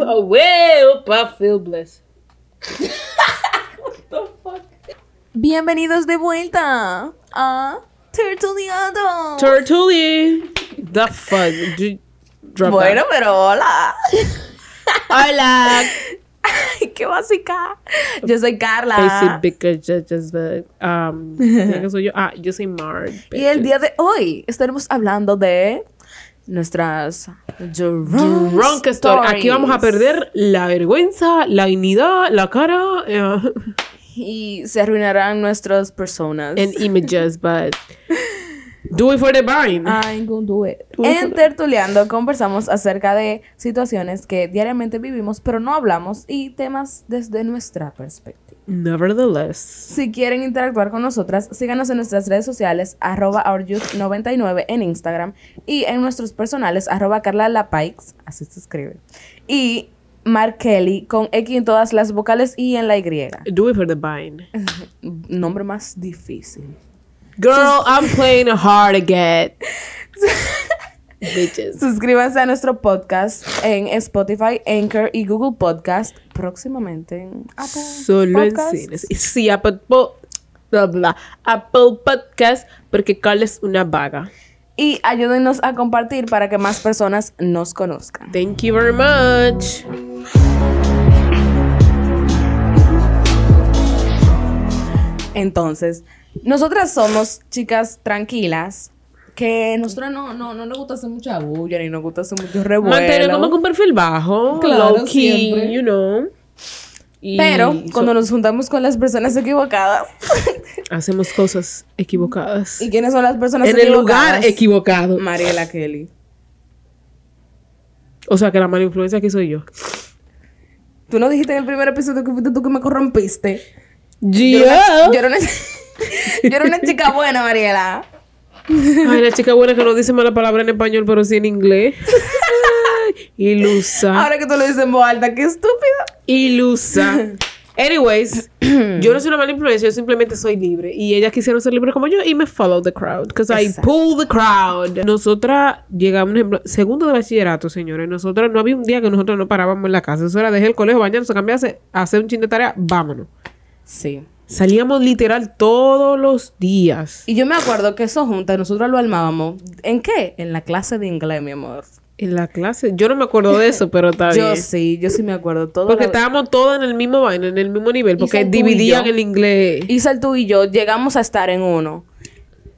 Oh, well, I feel blessed. What the fuck? Bienvenidos de vuelta a Tertuliano. Tertulli. The fuck. You drop bueno, that. pero hola. Hola. Ay, qué básica. Yo soy Carla. Basic bitch, just, just the, um, ¿quién que soy yo? Ah, yo soy Mark. Y el día de hoy estaremos hablando de nuestras drunk, Drunk Story. Aquí vamos a stories. perder la vergüenza, la dignidad, la cara, eh, Y se arruinarán nuestras personas. and images, but do it for the vine. I'm gonna do it. En Tertuleando conversamos acerca de situaciones que diariamente vivimos pero no hablamos y temas desde nuestra perspectiva. Nevertheless. Si quieren interactuar con nosotras, síganos en nuestras redes sociales arroba ouryouth99 en Instagram y en nuestros personales arroba Carla Lapikes, así se escribe, y Mark Kelly con X en todas las vocales y en la Y. Do it for the vine. Nombre más difícil. Girl, I'm playing hard again. Bitches. Suscríbanse a nuestro podcast en Spotify, Anchor y Google Podcast. Próximamente en Apple Solo en Podcast. cines. Y Sí, Apple, po- bla, bla, Apple Podcast, porque Carla es una vaga. Y ayúdenos a compartir para que más personas nos conozcan. Thank you very much. Entonces, nosotras somos chicas tranquilas. Que nosotras no, no, no nos gusta hacer mucha bulla ni nos gusta hacer mucho Mantener como que revuelo. un perfil bajo, Claro, low key, siempre. you know. Y Pero so- cuando nos juntamos con las personas equivocadas, hacemos cosas equivocadas. ¿y quiénes son las personas en el equivocadas? lugar equivocado. Mariela Kelly. O sea, que la mala influencia aquí soy yo. Tú no dijiste en el primer episodio que fuiste tú que me corrompiste. Yo Yo. era una- Yo era, una, yo era una chica buena, Mariela. Ay, la chica buena que no dice mala palabra en español, pero sí en inglés. Ay, Ilusa. Ahora que tú lo dices en voz alta, qué estúpido. Ilusa. Anyways, yo no soy una mala influencia, yo simplemente soy libre. Y ellas quisieron ser libres como yo y me follow the crowd. Because I Exacto. pull the crowd. Nosotras llegamos, ejemplo, segundo de bachillerato, señores. Nosotras no había un día que nosotros no parábamos en la casa. Eso era, dejé el colegio, bañarnos, cambiarse, hacer un chin de tarea, vámonos. Sí. Salíamos literal todos los días. Y yo me acuerdo que eso juntas, nosotros lo armábamos. ¿En qué? En la clase de inglés, mi amor. En la clase, yo no me acuerdo de eso, pero está yo bien. sí, yo sí me acuerdo. Todo Porque lo- estábamos todas en el mismo vaina, en el mismo nivel, porque Isa, tú y dividían yo. el inglés. Isel, tú y yo llegamos a estar en uno.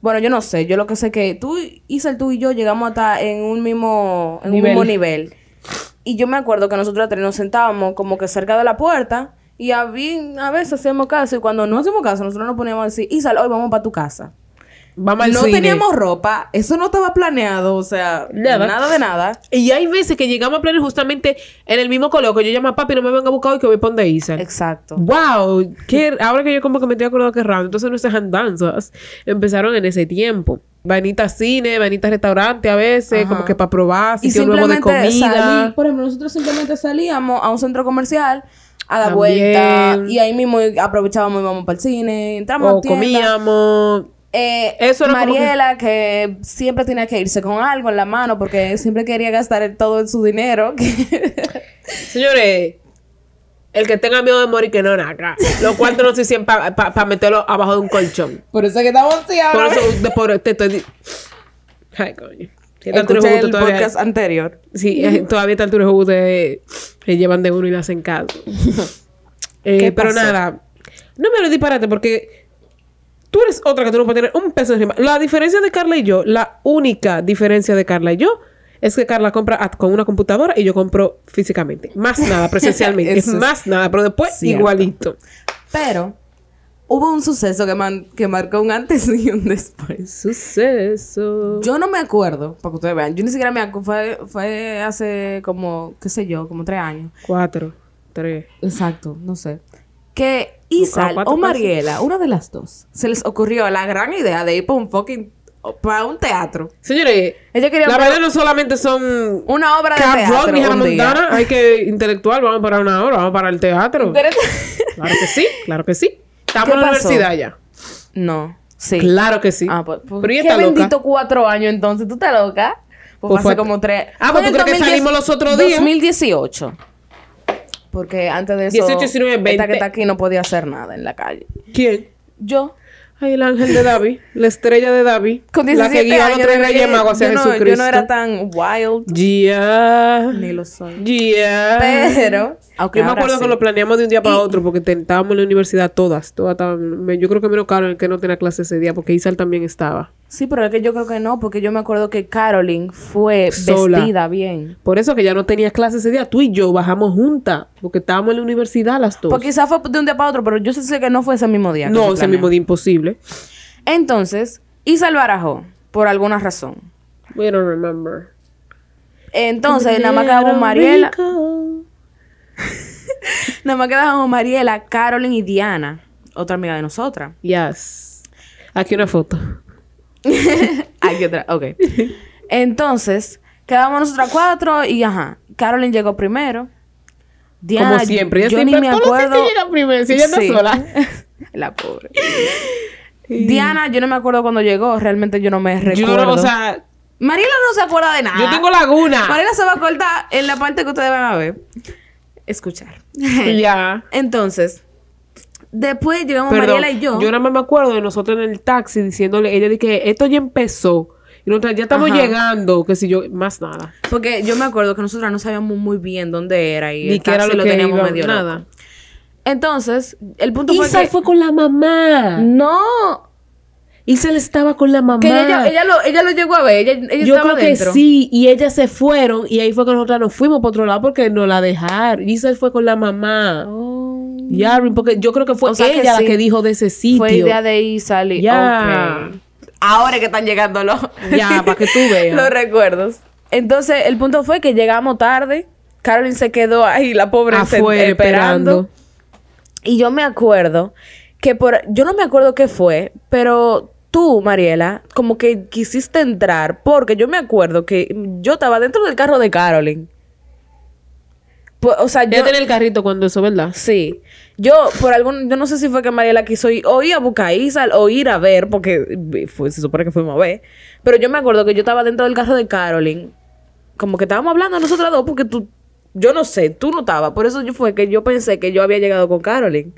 Bueno, yo no sé. Yo lo que sé que tú, Isel, tú y yo llegamos a estar en un mismo, en un Nivel. mismo nivel. Y yo me acuerdo que nosotros tres nos sentábamos como que cerca de la puerta y a, vi- a veces hacíamos caso. Y cuando no hacíamos caso, nosotros nos poníamos a decir, Isel, hoy vamos para tu casa. Vamos al no cine. teníamos ropa. Eso no estaba planeado. O sea, Nada. nada de nada. Y hay veces que llegamos a planes justamente en el mismo coloquio. Yo llamo a papi, no me venga a buscar hoy que voy a donde Isa. Exacto. Wow, qué- ahora que yo como que me estoy acordando que es raro. Entonces nuestras andanzas empezaron en ese tiempo. Vanita cine, vanita restaurante a veces, Ajá. como que para probar, y sitio nuevo de simplemente salí- comida. por ejemplo, nosotros simplemente salíamos a un centro comercial a la También. vuelta y ahí mismo aprovechábamos y íbamos para el cine, entramos a O tiendas. comíamos. Eh, Eso era como que- Mariela que... siempre tenía que irse con algo en la mano porque siempre quería gastar el- todo su dinero. que- Señores, el que tenga miedo de morir que no naca. Los cuartos no se hicieron para meterlo abajo de un colchón. por eso que estamos así Por ahora. eso de por te estoy. di- Ay, coño. Si la Escuché Trujillo el todavía- podcast anterior. Sí, eh, todavía está el Tour de que llevan de uno y le hacen caso. Eh, ¿Qué pero pasó? nada, no me lo disparate porque tú eres otra que tú no puedes tener un peso encima. La diferencia de Carla y yo, la única diferencia de Carla y yo es que Carla compra at- con una computadora y yo compro físicamente. Más nada, presencialmente. Eso es más nada, pero después cierto. igualito. Pero hubo un suceso que, man- que marcó un antes y un después. Suceso. Yo no me acuerdo, para que ustedes vean, yo ni siquiera me acuerdo, fue, fue hace como, qué sé yo, como tres años. Cuatro, tres. Exacto, no sé. Que Isal cuatro o pesos. Mariela, una de las dos, se les ocurrió la gran idea de ir para un fucking, para un teatro. Señores, Ella quería la ver verdad no solamente son una obra de Cap Rock, mi teatro un día. Montana, hay que intelectual, vamos para una hora, vamos para el teatro. Pero- Claro que sí, claro que sí. Estamos ¿Qué en la pasó? universidad ya. no, sí. Claro que sí. Ah, pues, pues, Pero ella qué está loca. bendito cuatro años entonces, ¿tú estás loca? Pues Pues, fue hace fue- como tres. Ah, fue pues, en ¿tú el crees que 2010 salimos los otros días? 2018. Porque antes de eso, 18, 19, 20. esta que está aquí no podía hacer nada en la calle. ¿Quién? Yo, Ay, el ángel de David, la estrella de David, con 17 la que guía a los años, tres no reyes era- magos hacia yo no- Jesucristo. Yo no era tan wild, Yeah. ni lo soy. Yeah. Pero, aunque Ah. yo me ahora acuerdo sí. que lo planeamos de un día para Y- otro porque te- estábamos en la universidad todas. todas estaban- me- yo creo que menos Carol que no tenía clase ese día porque Isal también estaba. Sí, pero es que yo creo que no, porque yo me acuerdo que Caroline fue Sola. vestida bien. Por eso que ya no tenía clase ese día. Tú y yo bajamos juntas porque estábamos en la universidad las dos. Porque quizás Pues fue de un día para otro, pero yo sí sé que no fue ese mismo día. que no, se ese planeó. mismo día imposible. Entonces, Isa el barajó, por alguna razón. We don't remember. Entonces, nada más quedamos Mariela, nada más quedamos Mariela, Caroline y Diana, otra amiga de nosotras. Yes. Aquí una foto. Hay que otra, ok. Entonces, quedamos nosotras cuatro y ajá, Caroline llegó primero. Diana, Como siempre. Ella yo siempre, ni me todos siempre acuerdo. llegan primero, si ella está Sí. sola. La pobre. Diana, yo no me acuerdo cuando llegó, realmente yo no me Yo recuerdo. no, o sea, Mariela no se acuerda de nada. yo tengo laguna. Mariela se va a cortar en la parte que ustedes van a ver. Escuchar. Ya. Entonces, después llegamos Perdón, Mariela y yo. nada más me acuerdo de nosotros en el taxi diciéndole, ella de que esto ya empezó. Y nosotros ya estamos Ajá. llegando, que si yo, más nada. Porque yo me acuerdo que nosotras no sabíamos muy bien dónde era y Ni el que era taxi lo, que teníamos iba, medio loco. nada. Entonces, el punto fue Isel que... con la mamá. No, Isel Mm. estaba con la mamá. que ella, ella, lo, ella lo llegó a ver, ella, ella yo estaba creo dentro. que sí, y ellas se fueron, y ahí fue que nosotras nos fuimos para otro lado porque nos la dejaron. Isel fue con la mamá. Oh. Yarvin, porque yo creo que fue O sea que ella sí. la que dijo de ese sitio. Fue idea de Isali. Ya. Ok. Ahora que están llegando los... Ya, para que tú veas. los recuerdos. Entonces, el punto fue que llegamos tarde. Caroline se quedó ahí, la pobre, se- Afuera, esperando. Y yo me acuerdo que por... Yo no me acuerdo qué fue, pero tú, Mariela, como que quisiste entrar. Porque yo me acuerdo que yo estaba dentro del carro de Caroline. Pues, o sea, yo... Ella tenía el carrito cuando eso, ¿verdad? Sí. Yo, por algún, yo no sé si fue que Mariela quiso ir, o ir a buscar a Isal, o ir a ver, porque fue, se supone que fuimos a ver. Pero yo me acuerdo que yo estaba dentro del carro de Caroline. Como que estábamos hablando nosotras dos, porque tú, yo no sé, tú no estabas. Por eso yo fue que yo pensé que yo había llegado con Caroline.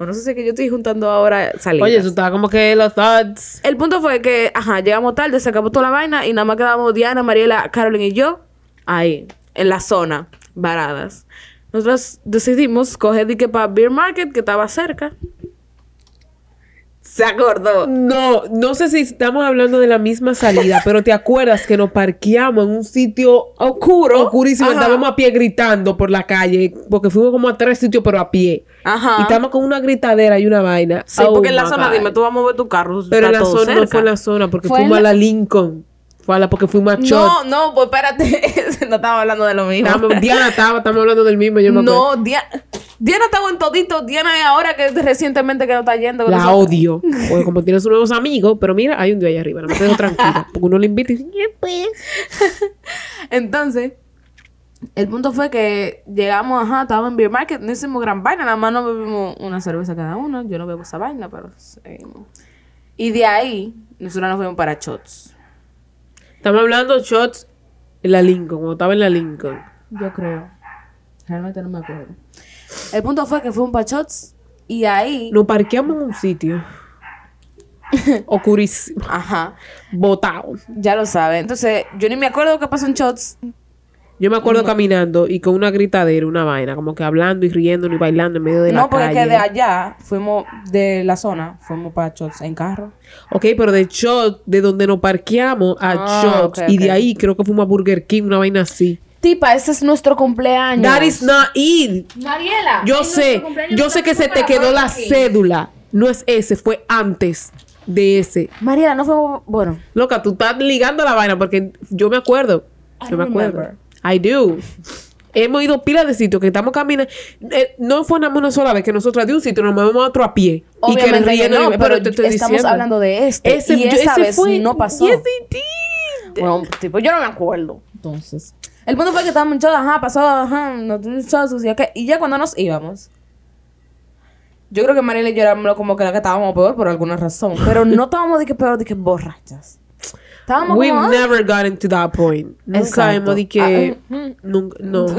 O no sé si es que yo estoy juntando ahora salidas. Oye, eso estaba como que los thoughts. El punto fue que, ajá, llegamos tarde, se acabó toda la vaina y nada más quedamos Diana, Mariela, Carolyn y yo ahí, en la zona, varadas. Nosotros decidimos coger dique para Beer Market, que estaba cerca. Se acordó. No, no sé si estamos hablando de la misma salida, pero te acuerdas que nos parqueamos en un sitio Oscuro. oscurísimo, Ajá. estábamos a pie gritando por la calle, porque fuimos como a tres sitios, pero a pie. Ajá. Y estábamos con una gritadera y una vaina. Sí, Oh porque en la my zona, God. dime, tú vas a mover tu carro. Pero en está la todo zona no cerca. fue en la zona, porque Fue en fuimos a la- la Lincoln. Fue a la porque fuimos a Chot. No, no, pues espérate, no estaba hablando de lo mismo. Estábamos- Diana estaba, estamos hablando del mismo, yo me acuerdo. No, Diana, Diana estaba en todito. Diana es ahora que recientemente que no está yendo. con La nosotros. odio. Porque como tiene sus nuevos amigos, pero mira, hay un día allá arriba, no me dejo tranquila. Porque uno le invita y dice, "Yeah, pues". Entonces, el punto fue que llegamos, ajá, estábamos en Beer Market, no hicimos gran vaina, nada más nos bebimos una cerveza cada uno, yo no bebo esa vaina, pero seguimos. Y de ahí, nosotros nos fuimos para Shots. Estamos hablando de shots en la Lincoln, cuando estaba en la Lincoln. Yo creo. Realmente no me acuerdo. El punto fue que fuimos para Shots y ahí... Nos parqueamos en un sitio. Oscurísimo. Ajá, Botado. ya lo saben. Entonces, yo ni me acuerdo qué pasó en Shots. Yo me acuerdo caminando y con una gritadera, una vaina, como que hablando y riendo y bailando en medio de la No, porque es calle. que de allá fuimos, de la zona, fuimos para Shots en carro. Ok, pero de shot, de donde nos parqueamos a Ah, shots. ok, Y de ok. ahí creo que fuimos a Burger King, una vaina así. Tipa, ese es nuestro cumpleaños. That is not it. Mariela. Yo sé, yo sé que se te quedó la cédula. No es ese, fue antes de ese. Mariela, no fue bueno. Loca, tú estás ligando la vaina porque yo me acuerdo. I Yo me don't acuerdo. remember. I do. Hemos ido pila de sitios que estamos caminando. Eh, no fue nada más una sola vez que nosotros de un sitio nos movemos a otro a pie. y que Obviamente que riendo, no, pero, pero te estoy estamos diciendo. hablando de este, y yo- esa vez no pasó. Yes, it did. Bueno, tipo, yo no me acuerdo. Entonces. El punto fue que estábamos en shows, ajá, pasó, ajá, nos tuvimos shows, y, ok, y ya cuando nos íbamos. Yo creo que Mariela y yo éramos como que la que estábamos peor por alguna razón. Pero no estábamos de que peor, de que borrachas. Estábamos We've como. ah, never gotten to that point. Nunca eh. Exacto. hemos de que. nunca- no. No,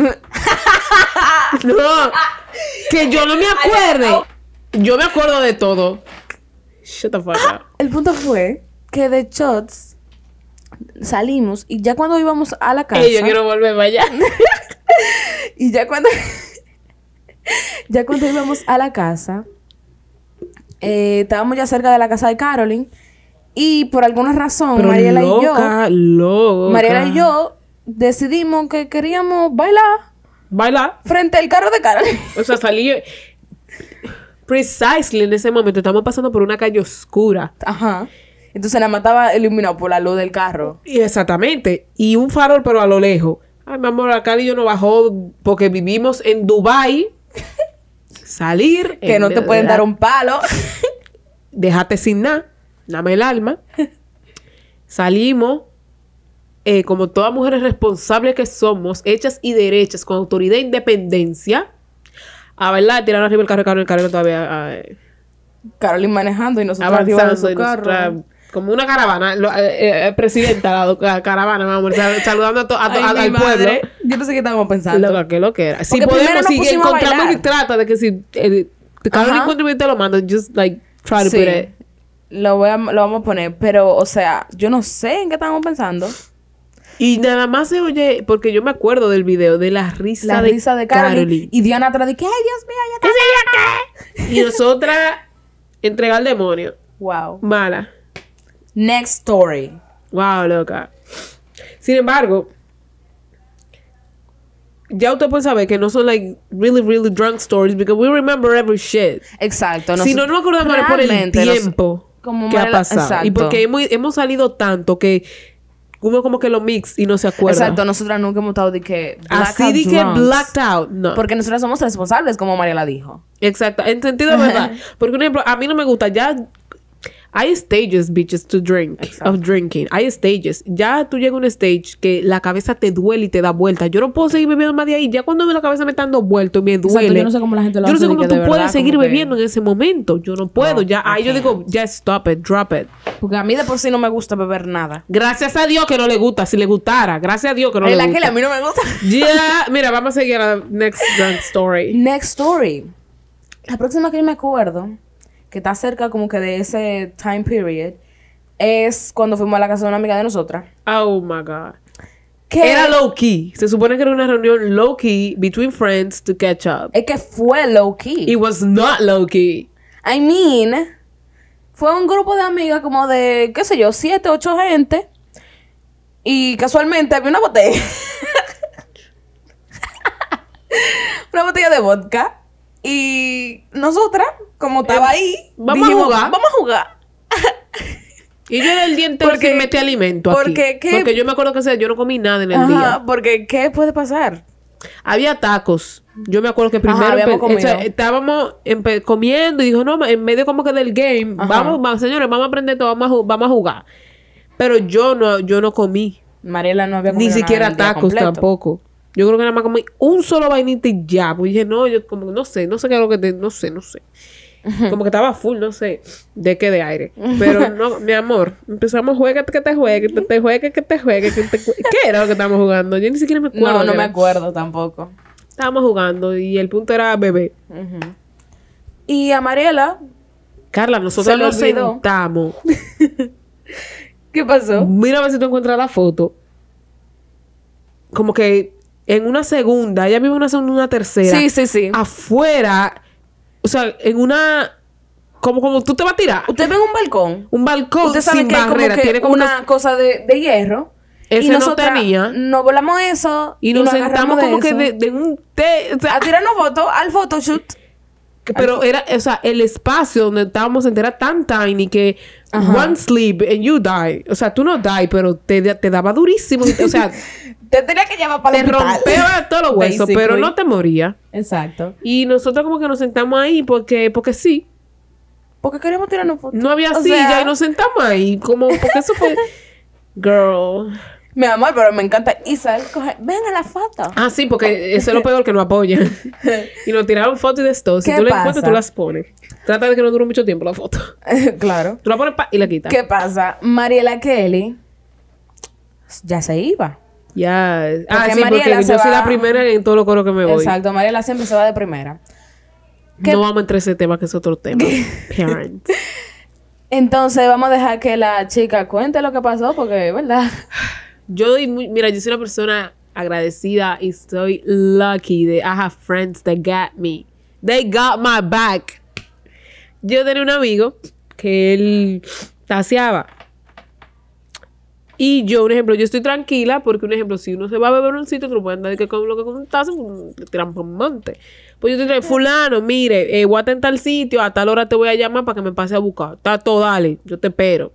que yo no me acuerde. Yo me acuerdo de todo. Shut the fuck up. El punto fue que de shots salimos y ya cuando íbamos a la Ah, casa Ey, yo quiero volver para allá. y ya cuando ya cuando íbamos a la casa eh, estábamos ya cerca de la casa de Carolyn y por alguna razón Pero Mariela y yo loca, loca. Mariela y yo decidimos que queríamos bailar Baila. frente al carro de Carolyn O sea, salí. Precisely en ese momento. Estamos pasando por una calle oscura. ajá entonces la mataba iluminado por la luz del carro Y exactamente. Y un farol, pero a lo lejos. Ay, mi amor, acá y yo no bajó porque vivimos en Dubai. Salir. que no te pueden dar un palo Déjate sin nada. Dame el alma. Salimos. eh, como todas mujeres responsables que somos, hechas y derechas, con autoridad e independencia, a bailar, tiraron arriba el carro, el carro, el carro todavía. eh, Carolyn manejando y nosotros arriba de avanzando su en carro nuestra- como una caravana, lo- eh, eh, presidenta la do- la caravana, vamos, sal- saludando a to- a to- Ay, al- mi al pueblo. madre. Yo no sé qué estábamos pensando. Loca, que lo que era. Si Porque primero podemos, nos si pusimos a encontramos bailar. y trata de que si eh, te cago en el Ajá. encuentro y te lo mando, just like try to Sí. put it. Lo, voy a, lo vamos a poner, pero, o sea, yo no sé en qué estábamos pensando. Y nada más se oye, porque yo me acuerdo del video de la risa, La de, risa de Carolyn. Carolyn. Y Diana atrás de que, ay, Dios mío, ya está. Y nosotras entregar al demonio. Wow. Mala. Next story. Wow, loca. Sin embargo, ya usted puede saber que no son like really, really drunk stories because we remember every shit. Exacto. si sé- no nos acordamos es por el Realmente, no sé- tiempo como que ha Mariela- pasado. Y exacto. porque hemos, hemos salido tanto que uno como que lo mix y no se acuerda. Exacto, nosotras nunca hemos estado de que. Así blackout de que drunks. blacked out. No. Porque nosotras somos responsables, como Mariela dijo. Exacto, en sentido de verdad. Porque, por ejemplo, a mí no me gusta ya. Hay stages, bitches, to drink, of drinking. Hay stages. Ya tú llegas a un stage que la cabeza te duele y te da vuelta. Yo no puedo seguir bebiendo más de ahí. Ya cuando la cabeza me está dando vuelto, me duele. yo no sé cómo la gente lo Yo no hace sé de cómo que tú de puedes verdad, seguir como que- bebiendo en ese momento. Yo no puedo. ya, ahí yo digo, ya stop it, drop it. Porque a mí de por sí no me gusta beber nada. Gracias a Dios que no le gusta. Si le gustara, gracias a Dios que no Ay, le la que gusta. a mí no me gusta. Ya, mira, vamos a seguir a la next drunk story. Next story. La próxima que yo me acuerdo, que está cerca como que de ese time period, es cuando fuimos a la casa de una amiga de nosotras. Oh my God. Que Era low key. Se supone que era una reunión low key between friends to catch up. Es que fue low key. It was not low key. I mean, fue un grupo de amigas como de, qué sé yo, siete, ocho gente. Y casualmente había una botella. una botella de vodka. Y nosotras, como estaba ahí, Em, vamos a dijimos, jugar. Vamos a jugar. Y yo era el día entero Porque- sin meter alimento porque, aquí. ¿qué? Porque yo me acuerdo que ese día yo no comí nada en el Ajá, día. porque ¿qué puede pasar? Había tacos. Yo me acuerdo que primero Ajá, habíamos empe- o sea, comido. estábamos empe- comiendo y dijo, no, ma- en medio como que del game, Ajá. vamos, va- señores, vamos a aprender todo, vamos a, ju- vamos a jugar. Pero yo no, yo no comí. Mariela no había Ni comido siquiera nada el día tacos completo. tampoco. Yo creo que nada más comí un solo vainita y ya. Pues dije, no, yo como no sé, no sé qué es lo que te, no sé, no sé. Como que estaba full, no sé de qué de aire. Pero no, mi amor, empezamos juega que te juegue, que te juegue, que te juegue. Que te jue- ¿Qué era lo que estábamos jugando? Yo ni siquiera me acuerdo. No, no qué me era. acuerdo tampoco. Estábamos jugando y el punto era bebé. Ujú. Y a Mariela, Carla, Se nosotros le nos olvidó. sentamos. ¿qué pasó? Mira a ver si tú encuentras la foto. Como que en una segunda, ella misma una segunda, una tercera. Sí, sí, sí. afuera, o sea, en una. Como, como tú te vas a tirar. Usted ve en un balcón. Un balcón Usted sabe sin que hay barrera. como que tiene como una que- cosa de, de hierro. Ese no tenía. Nos volamos eso. y nos sentamos agarramos de como que eso. Ah, de, de un té. O A sea, tirarnos fotos al photoshoot. que- pero era, o sea, el espacio donde estábamos entera tan tiny que Ajá. one sleep and you die. O sea, tú no die, pero te, te daba durísimo. O sea, Te tenía que llevar para te el hospital. rompeba todos los huesos, Basically. pero no te moría. Exacto. Y nosotros como que nos sentamos ahí porque, porque sí. Porque queríamos tirarnos fotos. No había O silla sea- y nos sentamos ahí. Como, porque eso fue. Girl. Mi amor, pero me encanta. Isabel, coge. Ven a la foto. Ah, sí, porque eso es lo peor que no apoyan. Y nos tiraron fotos y de esto. Si ¿Qué tú la pasa? encuentras, tú las pones. Trata de que no dure mucho tiempo la foto. claro. Tú la pones pa- y la quitas. ¿Qué pasa? Mariela Kelly ya se iba. Ya. Ah, Porque sí, porque Mariela se yo soy va- la primera en todos los coros que me voy. Exacto, Mariela siempre se va de primera. ¿Qué- No vamos a entrar en ese tema, que es otro tema. Parents. Entonces vamos a dejar que la chica cuente lo que pasó porque, ¿verdad? Yo doy muy- Mira, yo soy una persona agradecida y soy lucky that I have friends that got me. They got my back. Yo tenía un amigo que él taseaba. Y yo, un ejemplo, yo estoy tranquila porque, un ejemplo, si uno se va a beber un sitio, te lo pueden dar de que con lo que con un tazo, un tramponmonte. Pues yo estoy tranquila, fulano, mire, eh, voy a tentar el sitio, a tal hora te voy a llamar para que me pase a buscar. Tato, dale, yo te espero.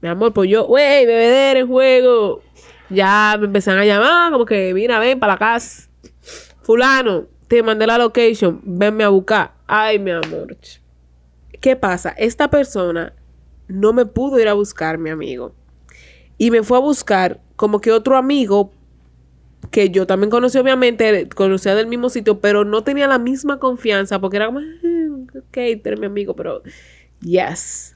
Mi amor, pues yo, wey, bebedera en juego. Ya me empezaron a llamar, como que, mira, ven para la casa. Fulano, te mandé la location, venme a buscar. Ay, mi amor. ch. ¿Qué pasa? Esta persona no me pudo ir a buscar, mi amigo. Y me fue a buscar como que otro amigo que yo también conocí, obviamente, conocía del mismo sitio, pero no tenía la misma confianza porque era como, "Mm, ok, tú eres mi amigo, pero, yes.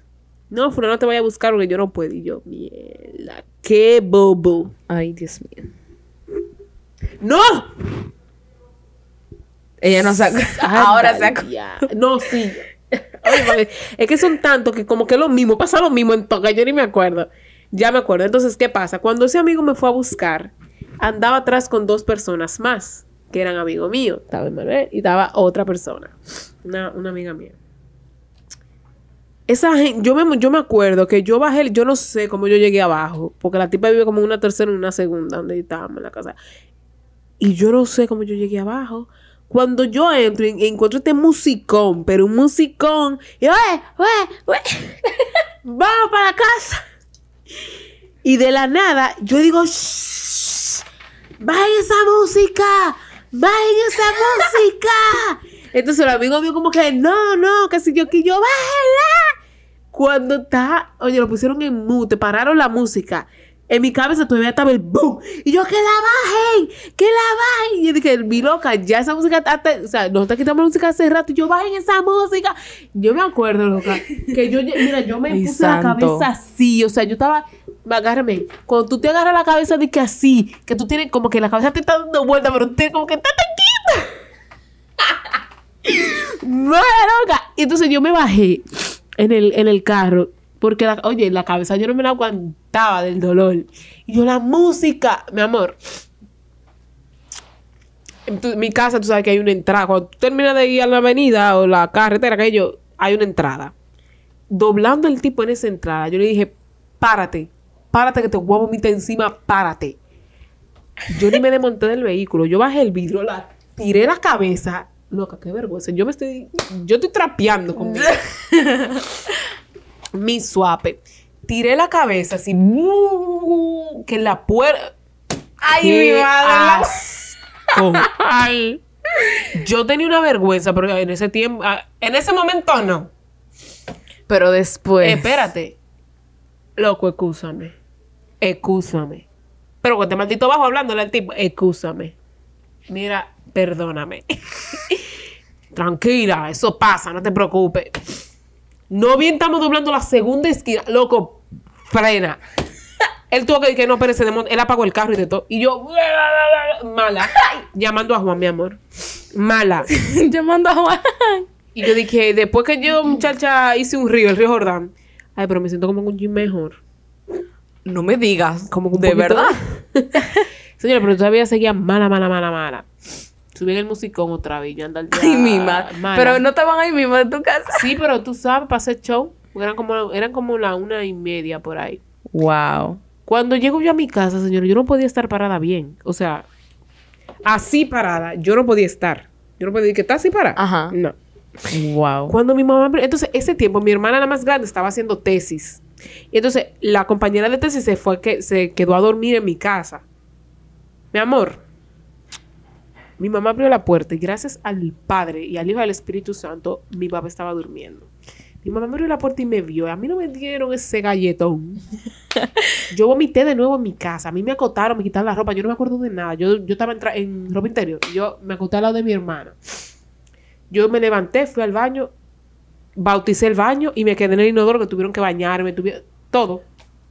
No, fulano te vaya a buscar porque yo no puedo. Y yo, mierda, qué bobo. Ay, Dios mío. ¡No! Ella no sacó. Pues, Ahora Ándale, sacó. ya. No, sí. Oye, madre, es que son tantos que como que lo mismo, pasa lo mismo en toca, yo ni me acuerdo. Ya me acuerdo. Entonces, ¿qué pasa? Cuando ese amigo me fue a buscar, andaba atrás con dos personas más, que eran amigo mío. Estaba Emanuel y estaba otra persona, una, una amiga mía. Esa gente, yo me, yo me acuerdo que yo bajé, yo no sé cómo yo llegué abajo, porque la tipa vive como una tercera y una segunda, donde estábamos en la casa. Y yo no sé cómo yo llegué abajo. Cuando yo entro y y encuentro este musicón, pero un musicón, y ¡Oye, oye, oye! ¡Vamos para la casa! Y de la nada, yo digo, "Shh, ¡Bajen esa música! ¡Bajen esa música! Entonces el amigo mío como que, no, no, que si yo, que yo, bájela. Cuando está, oye, lo pusieron en mute, pararon la música. En mi cabeza todavía estaba el boom. Y yo, que la bajen, que la bajen. Y yo dije, mi loca, ya esa música, está- está- o sea, nosotros quitamos la música hace rato. Y yo, bajen esa música. Yo me acuerdo, loca, que yo, mira, yo me Ay, puse la santo. cabeza así, o sea, yo estaba, agárrame, cuando tú te agarras la cabeza de que así, que tú tienes como que la cabeza te está dando vuelta, pero tú tienes como que está tranquila. no, loca. Y entonces yo me bajé en el, en el carro, porque, la- oye, la cabeza yo no me la aguantaba del dolor. Y yo, la música, mi amor. En tu- mi casa, tú sabes que hay una entrada. Cuando tú terminas de ir a la avenida o la carretera, que yo, hay una entrada doblando el tipo en esa entrada, yo le dije, párate, párate que te voy a vomitar encima, párate. Yo ni me desmonté del vehículo, yo bajé el vidrio, la tiré la cabeza. Loca, qué vergüenza. Yo me estoy, yo estoy trapeando con mi, mi suape. Tiré la cabeza así, ¡bu! que la puerta. Ay, ¡Qué mi madre. asco! Ay. Yo tenía una vergüenza, pero en ese tiempo, ah, en ese momento no. Pero después. Espérate. Loco, excúsame. Excúsame. Pero con este maldito bajo hablándole al tipo, excúsame. Mira, perdóname. Tranquila, eso pasa, no te preocupes. No bien estamos doblando la segunda esquina. Loco, frena. Él tuvo que decir que no, perece de Él apagó el carro y de todo. Y yo, mala. Llamando a Juan, mi amor. Mala. Llamando a Juan. Y yo dije, después que yo, muchacha, hice un río, el río Jordán. Ay, pero me siento como un gym mejor. No me digas. Como que un de poquito- verdad. Señora, pero todavía seguía mala, mala, mala, mala. Subí en el musicón otra vez, yo andaba ya Ay, mi madre. mala. Pero no estaban ahí mismo en tu casa. Sí, pero tú sabes, pasé el show. porque Eran como, eran como la una y media por ahí. Wow. Cuando llego yo a mi casa, señora, yo no podía estar parada bien. O sea, así parada, yo no podía estar. Yo no podía decir que está así parada. Ajá. No. Wow. Cuando mi mamá... Entonces, ese tiempo, mi hermana la más grande estaba haciendo tesis. Y entonces, la compañera de tesis se fue, que se quedó a dormir en mi casa. Mi amor, mi mamá abrió la puerta y gracias al Padre y al Hijo del Espíritu Santo, mi papá estaba durmiendo. Mi mamá abrió la puerta y me vio. A mí no me dieron ese galletón. Yo vomité de nuevo en mi casa. A mí me acotaron, me quitaron la ropa. Yo no me acuerdo de nada. Yo, yo estaba en, tra- en ropa interior. Yo me acoté al lado de mi hermana. Yo me levanté, fui al baño, bauticé el baño y me quedé en el inodoro que tuvieron que bañarme, tuvieron todo.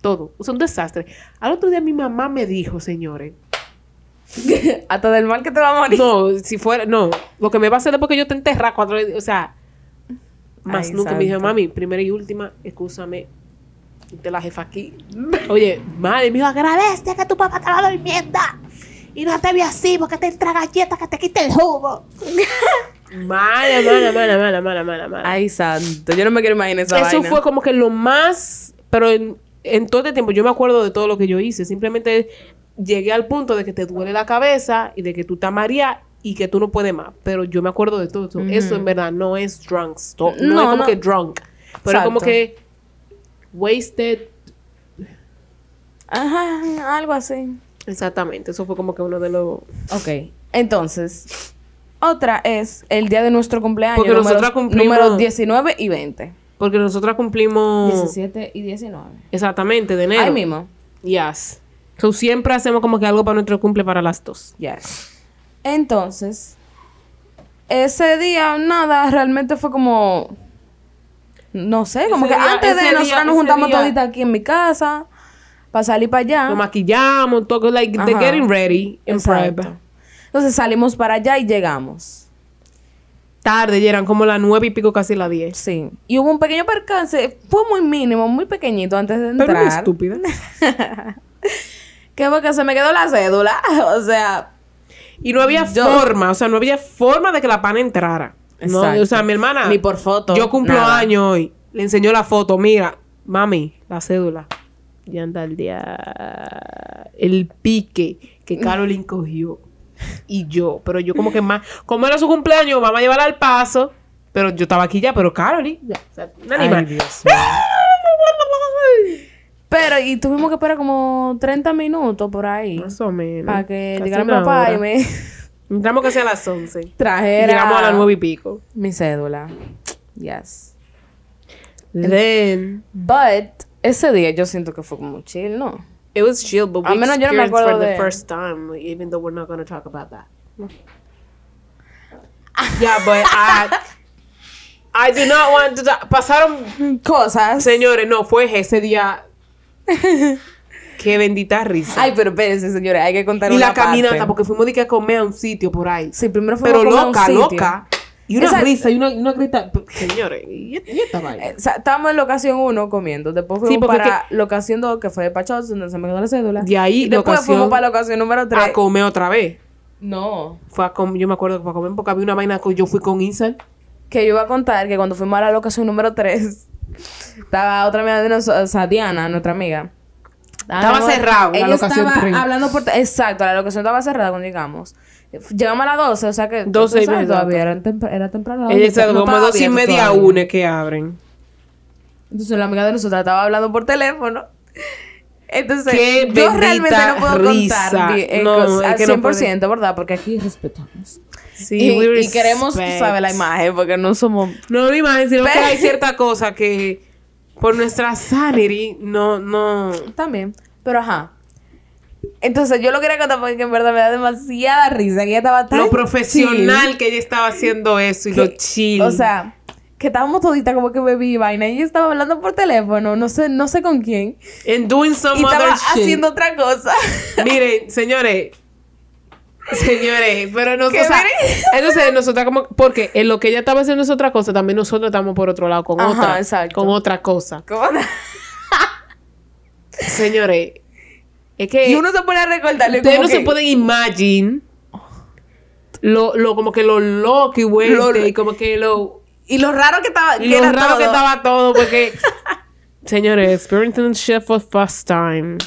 Todo. Es un desastre. Al otro día mi mamá me dijo, señores. Hasta del mal que te va a morir. No, si fuera, no. Lo que me va a hacer después que yo te enterra cuando, le- o sea, más Ay, nunca me dijo, santo. mami, primera y última, escúchame, te la jefa aquí. Oye, madre, me dijo, agradece que tu papá te va a enmienda y no te ve así porque te entra galleta que te quita el jugo. mala, mala, mala, mala, mala, mala, mala. Ay, santo. Yo no me quiero imaginar esa Eso vaina. fue como que lo más, pero en, en todo este tiempo yo me acuerdo de todo lo que yo hice. Simplemente llegué al punto de que te duele la cabeza y de que tú te mareas y que tú no puedes más. Pero yo me acuerdo de todo eso. Eso en verdad no es drunk. stop. No, No, es como no. que drunk. Pero es como Exacto. que wasted. Ajá, algo así. Exactamente. Eso fue como que uno de los... Ok. Entonces, otra es el día de nuestro cumpleaños. Porque números- nosotras cumplimos- Números 19 y 20. Porque nosotras cumplimos... 17 y 19. Exactamente, de Mm. enero. Ahí mismo. Yes. So, siempre hacemos como que algo para nuestro cumple para las dos. Yes. Entonces, ese día, nada, realmente fue como. No sé, como Ese que día- antes ese de día- nosotros nos ese juntamos día- toditas aquí en mi casa para salir para allá. Nos maquillamos, todo, like, the Ah. Ajá. getting ready in Exacto. prep. Entonces salimos para allá y llegamos. tarde, ya eran como las nueve y pico, casi las diez. Sí. Y hubo un pequeño percance, fue muy mínimo, muy pequeñito antes de Pero una entrar. estúpida. que porque se me quedó la cédula. O sea, Y no había Yo- forma, o sea, no había forma de que la pana entrara. No, Exacto. o sea, mi hermana. Ni por foto, Yo cumplo nada. año hoy. Le enseñó la foto. Mira, mami, la cédula. Ya anda el día. El pique que Caroline cogió. Y yo. Pero yo, como que más. Como era su cumpleaños, vamos a llevarla al paso. Pero yo estaba aquí ya, pero Caroline. Ya, o sea, un animal. Este, pero y tuvimos que esperar como 30 minutos por ahí Más o menos. para que Ah, Casi llegara mi una papá y hora. me Entramos casi a las 11. trajera Llegamos a las nueve y pico. mi cédula. Yes. Mm. Then But ese día yo siento que fue como chill, ¿no? it was chill, but we Al menos yo no me experienced for acuerdo the de- first time, like, even though we're not gonna talk about that. yeah, but I I do not want to talk. Pasaron, Cosas. señores, no fue ese día. Qué bendita risa. Ay, pero espérense, señores, hay que contar y una la caminata, parte. porque fuimos de que a comer a un sitio por ahí. Sí, primero fuimos Pero como a un loca, sitio. loca. Y una Esa- risa, y una, y una grita. Señores, ¿y y esta vaina? Eh, o sea, estábamos en locación 1 comiendo. Después Sí, fuimos porque para locación 2, que fue de Pachos, donde se me quedó la cédula. De ahí, Y después locación- fuimos para locación número 3. A comer otra vez. No. Fue a com- yo me acuerdo que fue a comer porque había una vaina que yo fui con Isal. Que yo iba a contar que cuando fuimos a la locación número 3, estaba otra amiga de nosotros, o sea, Diana, nuestra amiga. Ah, Estaba hablando- cerrado la Ella locación estaba tres. hablando por... te- Exacto, la locación estaba cerrada cuando llegamos. Llegamos a las 12, o sea que... 12 y tú sabes, media, Todavía era, tempra- era temprano. Ella se no como estaba dos y abierto media a todavía. una que abren. Entonces la amiga de nosotros estaba hablando por teléfono. Entonces, Qué yo realmente bendita no puedo risa. contar di- eh, No, cos- es al que no puede. 100%, ¿verdad? Porque aquí respetamos. Sí, y, we y queremos, tú respect. sabes, la imagen, porque no somos... No la imagen, sino que Pero- hay cierta cosa que por nuestra sanity no, no. También, pero ajá. Entonces, yo lo quería contar porque en verdad me da demasiada risa. Que ella estaba tan Lo profesional chill que ella estaba haciendo eso y que- lo chill. O sea, que estábamos toditas como que bebí y vaina. Y ella estaba hablando por teléfono, no sé, no sé con quién. and doing some y other estaba shit. haciendo otra cosa. Miren, señores. Señores, pero Que nosotros. miren. entonces, nosotras como. Porque en lo que ella estaba haciendo es otra cosa, también nosotros estamos por otro lado con Ajá, otra. exacto. Con otra cosa. ¿Cómo no? Señores, es que. Y Eh, uno se pone a recordarle Ustedes como no se que- pueden imaginar lo, lo, como que lo loco y Lo- bueno, y como que lo, Y lo raro que estaba. y que lo era raro que todo. estaba todo, porque, señores, experiencing shit for first time.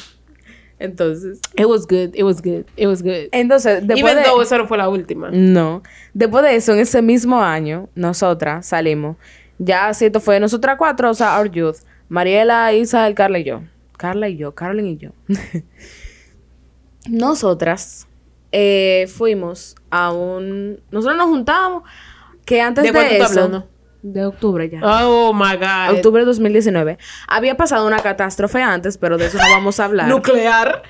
Entonces. It was good, it was good, it was good. Entonces, Eh, después Even de. though esa no fue la última. No. Después de eso, en ese mismo año, nosotras salimos. Ya, si esto fue nosotras cuatro, o sea, Our Youth. Mariela, Isabel, Carla y yo. Carla y yo, Carlin y yo. nosotras eh, fuimos a un. Nosotros nos juntábamos. Que antes ¿De de, cuánto eso. estás hablando? De octubre ya. Oh my god. Ah, Octubre de 2019. Había pasado una catástrofe antes, pero de eso no vamos a hablar. Nuclear.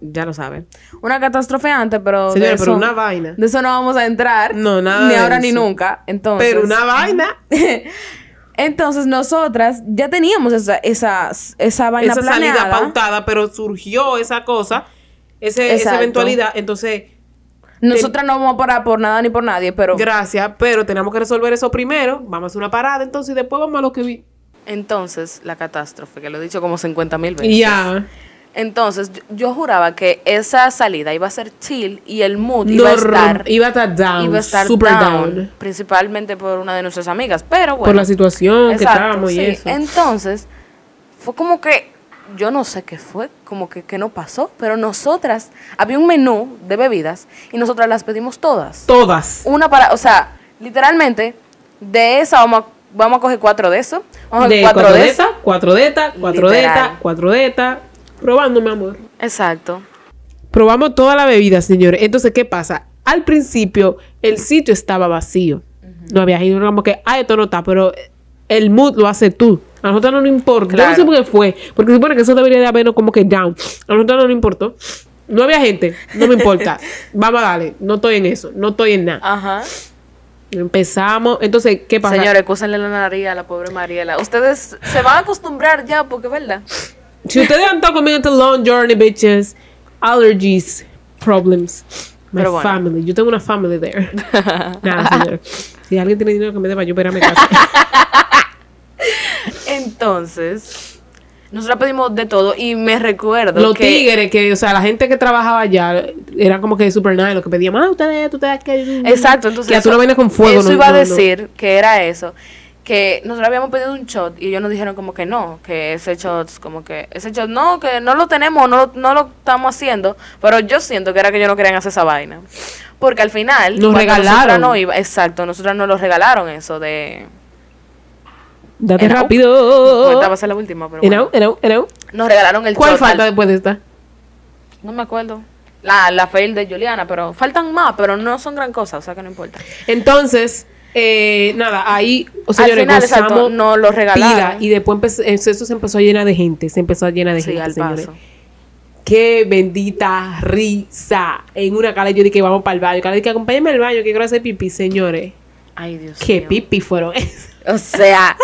ya lo sabe. Una catástrofe antes, pero. Señores, de pero eso- una vaina. De eso no vamos a entrar. No, nada Ni de ahora ni eso. nunca. Entonces. Pero una vaina. Entonces, nosotras ya teníamos esa, esa, esa vaina esa planeada. salida pautada, pero surgió esa cosa, ese- esa Exacto. eventualidad. Entonces, Nosotras no vamos a parar por nada ni por nadie, pero... gracias, pero tenemos que resolver eso primero. Vamos a hacer una parada, entonces, y después vamos a lo que vi. Entonces, la catástrofe, que lo he dicho como 50 mil veces. Y ya. Entonces, yo, yo juraba que esa salida iba a ser chill y el mood iba a Norm- estar, iba a estar down. iba a estar super down. down, Principalmente por una de nuestras amigas, pero bueno. Por la situación que Exacto, estábamos y sí. eso. Entonces, fue como que, yo no sé qué fue, como que, que no pasó, pero nosotras, había un menú de bebidas y nosotras las pedimos todas. Todas. Una para, o sea, literalmente, de esa vamos a, vamos a coger cuatro de eso, vamos a coger De cuatro, cuatro de esa. deta, cuatro deta, cuatro deta, Literal. cuatro deta. Probando, mi amor. Exacto. Probamos toda la bebida, señores. Entonces, ¿qué pasa? Al principio, el sitio estaba vacío. No había gente, como que, ah, esto no está, pero el mood lo hace tú. A nosotros no nos importa. Yo no sé Claro. por qué fue, porque se supone que eso debería de habernos como que down. A nosotros no nos importó. No había gente, no me importa. Vamos a darle, no estoy en eso, no estoy en nada. Ajá. Empezamos, entonces, ¿qué pasa? Señores, cúsenle la nariz a la pobre Mariela. Ustedes se van a acostumbrar ya, porque verdad. Si ustedes han estado conmigo en este long journey, bitches, allergies, problems, my Pero bueno. family. Yo tengo una family there. Nada, señor. Si alguien tiene dinero que me dé para yo operarme casa. Entonces, nosotros pedimos de todo y me recuerdo Los que tigres, que, o sea, la gente que trabajaba allá, eran como que super nice, lo que pedían, ah, ustedes, esto, ustedes, aquello. Exacto, entonces Que tú no vienes con fuego, Eso no- iba a no- no. decir que era eso. Que nosotros habíamos pedido un shot y ellos nos dijeron como que no, que ese shot, como que ese shot no, que no lo tenemos, no lo, no lo estamos haciendo, pero yo siento que era que ellos no querían hacer esa vaina. Porque al final, Nos cuando nosotras regalaron. no iba, exacto, nosotras nos lo regalaron eso de... Date Enau. Bueno, rápido. esta va a ser la última, pero... Enau, bueno. enau, enau. Nos regalaron el oh. ¿Cuál shot falta al- después de esta? No me acuerdo. La, la fail de Juliana, pero faltan más, pero no son gran cosa, o sea que no importa. Entonces, eh, nada, ahí, o sea, Al señores, final, exacto, gozamos nos lo regalaron. pila, y después empezó- eso se empezó a llenar de gente, se empezó a llenar de Sí, gente, al señores. paso. Qué bendita risa. En una cara yo dije que vamos para el baño. Cara dije que acompáñame al baño, que quiero hacer pipí, señores. Ay, Dios Qué mío. pipí fueron esos. O sea,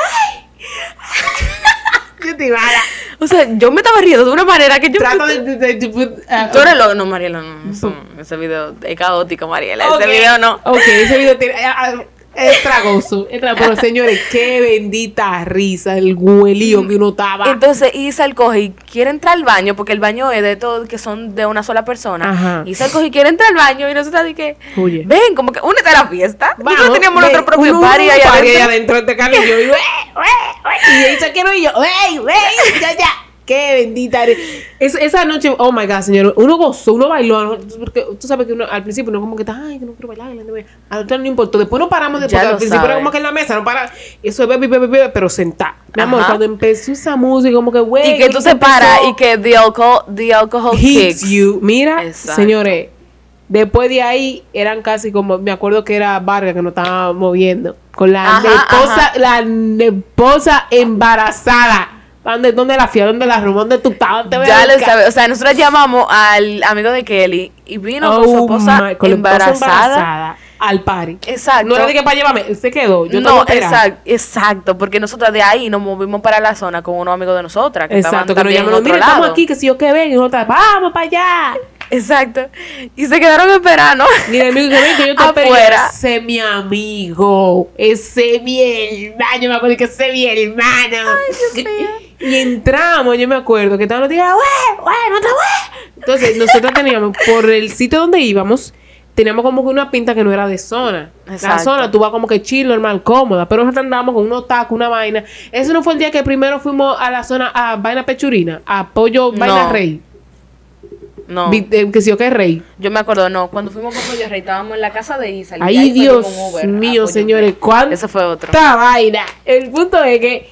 Yo te iba a- o sea, yo me estaba riendo de una manera que yo... Trato de. de- de- de- put- ah, Tú eres loco, no, Mariela, no, no, Oh, eso- ese video es caótico, Mariela, ok. ese video no. Ok, ese video tiene. ah, ah, es tragoso. es tragoso. Pero señores, qué bendita risa. El Mm. huelío que uno estaba. Entonces Isal coge y quiere entrar al baño, porque el baño es de todo, que son de una sola persona. Ajá. Isal coge y quiere entrar al baño y nosotros así que, Oye. ven, como que únete a la fiesta. Nosotros ve, teníamos nuestro propio uno- party uno ahí party adentro. adentro de Carlos y yo, y, "Ué, ué, ué", eh". y ella quiero y yo, "Ué, ué, ya, ya". Qué bendita eres. Es- esa noche, oh my God, señor, uno gozó, uno bailó, ¿no? porque tú sabes que uno al principio uno como que está, ay, que no quiero bailar, que no voy a-". a nosotros no importó, después no paramos, después Ya al lo principio era sabe. como que en la mesa, no para, eso es bebé, bebé, bebé, pero sentá. Mi amor, Ajá. cuando empezó esa música, como que, güey, Y que tú se paras y que the alcohol, the alcohol hits kicks. you. Mira, Exacto. señores, después de ahí eran casi como, me acuerdo que era Vargas que nos estaba moviendo con la Ajá, esposa, la esposa embarazada. ¿Dónde, dónde la fui? ¿Dónde la rumor ¿Dónde tú estabas? ¿Dónde me Ya la lo busca- sabes. O sea, nosotros llamamos al amigo de Kelly y vino con su Oh esposa, my- con la esposa embarazada. embarazada al party. Exacto. No era de que para llevarme, él se quedó. Yo estaba no, esperando. exacto, exacto, porque nosotras de ahí nos movimos para la zona con unos amigos de nosotras. Que Exacto, estaban que nos también en llamaron, otro mira, estamos lado". aquí, que si yo que ven, y nosotros, vamos para allá. Exacto. Y se quedaron esperando. Mira, amigo, que ven, que yo te espero. Afuera. Ese es mi amigo. Ese es mi hermano. Yo me acuerdo que ese es mi hermano. y entramos, yo me acuerdo que estaban los tigres, "Güey, güey, no te güey". Entonces, nosotros teníamos, por el sitio donde íbamos, teníamos como que una pinta que no era de zona. La Exacto. zona, tú vas como que chill, normal, cómoda. Pero nosotros andábamos con unos tacos, una vaina. Ese no fue el día que primero fuimos a la zona, a vaina pechurina, a pollo, vaina No. rey. No. Vi- eh, que sí o que rey. Yo me acuerdo, no. Cuando fuimos con Pollo Rey, estábamos en la casa de Isa. y Ay, ahí fue Dios con Uber Ah, a mío, Pollo señores, Rey. ¿cuánto? Ese fue otro. esta vaina. El punto es que,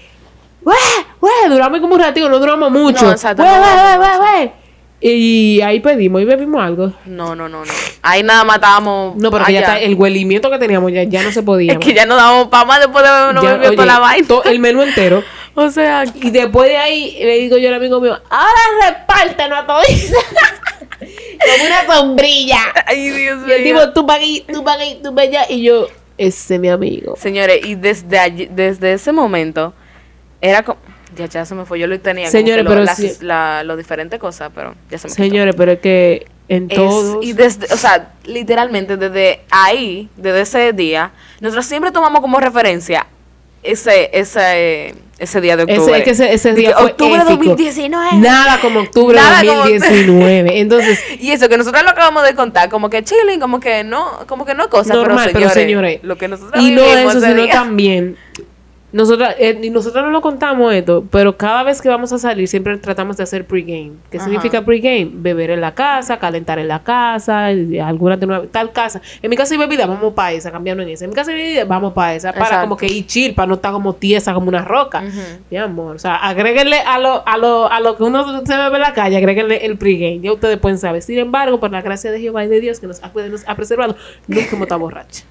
güey, güey, duramos como un ratito, no duramos mucho. No, exacto, Güey, no güey, duramos güey, güey, güey. Y ahí pedimos y bebimos algo. No, no, no, no. Ahí nada matábamos. No, pero que ya allá. está, el huelimiento que teníamos ya, ya no se podía. Es que más. ya no damos pa' más después de habernos Ya, bebido oye, toda la vaina. to- el menú entero. O sea, Y después de ahí le digo yo al amigo mío, ahora repártenos a todos. Como una sombrilla. ay, Dios Y el mío. tipo, tú pa' aquí, tú pa' aquí, tú pa' allá. Y yo, Ese mi amigo. Señores, y desde allí- desde ese momento, era como. Ya, ya se me fue, yo lo tenía. como Señores, que lo, pero las, sí. la- lo diferente cosa, pero ya se me quitó. Señores, pero es que en Es- todos. y desde, o sea, literalmente desde ahí, desde ese día, nosotros siempre tomamos como referencia ese, ese, ese día de Ese- octubre. es que ese, ese Dije, día fue octubre de épico. 2019. Nada como octubre Nada de como- 2019. Entonces, Y eso que nosotros lo acabamos de contar, como que chilling, como que no, como que no cosa, normal, pero señores, señores. lo que nosotros y no vivimos eso, ese sino día. también. Nosotras, eh, y nosotras no lo contamos esto, pero cada vez que vamos a salir siempre tratamos de hacer pregame. ¿Qué Ajá. significa pregame? Beber en la casa, calentar en la casa, y alguna de nueva- tal casa. En mi casa hay bebida, vamos para esa, cambiarnos en esa. En mi casa hay bebida, vamos para esa. Para Exacto. como que ir chill, para no estar como tiesa, como una roca. Ujú. Mi amor, o sea, agréguenle a lo, a lo, a lo que uno se bebe en la calle, agréguenle el pregame. Ya ustedes pueden saber. Sin embargo, por la gracia de Jehová y de Dios que nos ha cuidado y nos ha preservado, nunca hemos estado borrachos.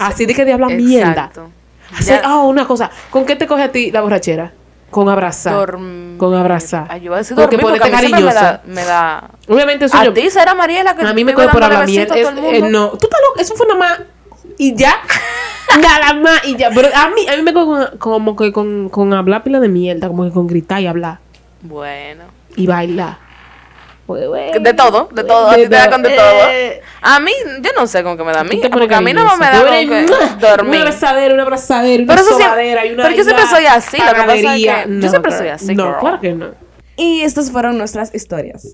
Así de que diabla mierda. Exacto. Hacer, Ya- ah, una cosa. ¿Con qué te coge a ti la borrachera? Con abrazar. Dormir. Con abrazar. Ay, yo iba a decir Porque dormir, porque a mí ponerte siempre me da, cariñosa. me da... Obviamente eso A yo. ti será Mariela que A mí me vive coge por dándole hablar mierda. besitos a Es- todo el mundo. eh, no, tú estás loca. Eso fue nada más. Y ya. nada más. Y ya. Pero a mí, a mí me coge con- como que con, con hablar pila de mierda. Como que con gritar y hablar. Bueno. Y bailar. Pues, güey, De todo, de todo. A ti te da con de todo. Eh, A mí, yo no sé con qué me da a mí. tú te pones Porque a mí no me cariñosa. da Tú con eres, que ¡mua! Una dormir. abrazadera, una abrazadera, una Pero eso sí- sobadera y una. pero yo siempre una soy así, lo que pasa es que panadería. yo siempre soy girl. así, No, girl. claro que no. Y estas fueron nuestras historias.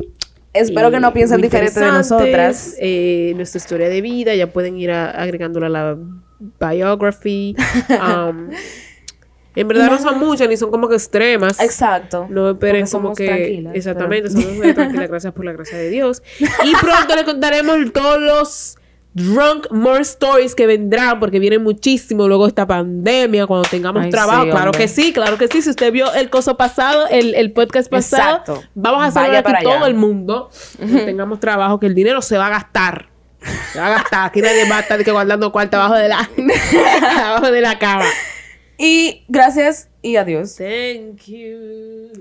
Espero y que no piensen muy diferente de interesantes, nosotras. eh, nuestra historia de vida, ya pueden ir a- agregándola a la biography. um, en verdad no son muchas, ni son como que extremas. Exacto. No esperen Porque como somos que. tranquilas, Exactamente, pero- somos muy tranquilas, gracias por la gracia de Dios. Y pronto les contaremos todos los drunk more stories que vendrán, porque vienen muchísimo luego esta pandemia, cuando tengamos Ay, trabajo. sí, claro hombre. que sí, claro que sí. Si usted vio el coso pasado, el, el podcast pasado, Exacto. vamos a hacer Vaya aquí para todo allá. el mundo. Que tengamos trabajo, que el dinero se va a gastar. Se va a gastar. Aquí nadie va a estar de que guardando cuarto abajo de la, abajo de la cama. Y gracias y adiós. Thank you.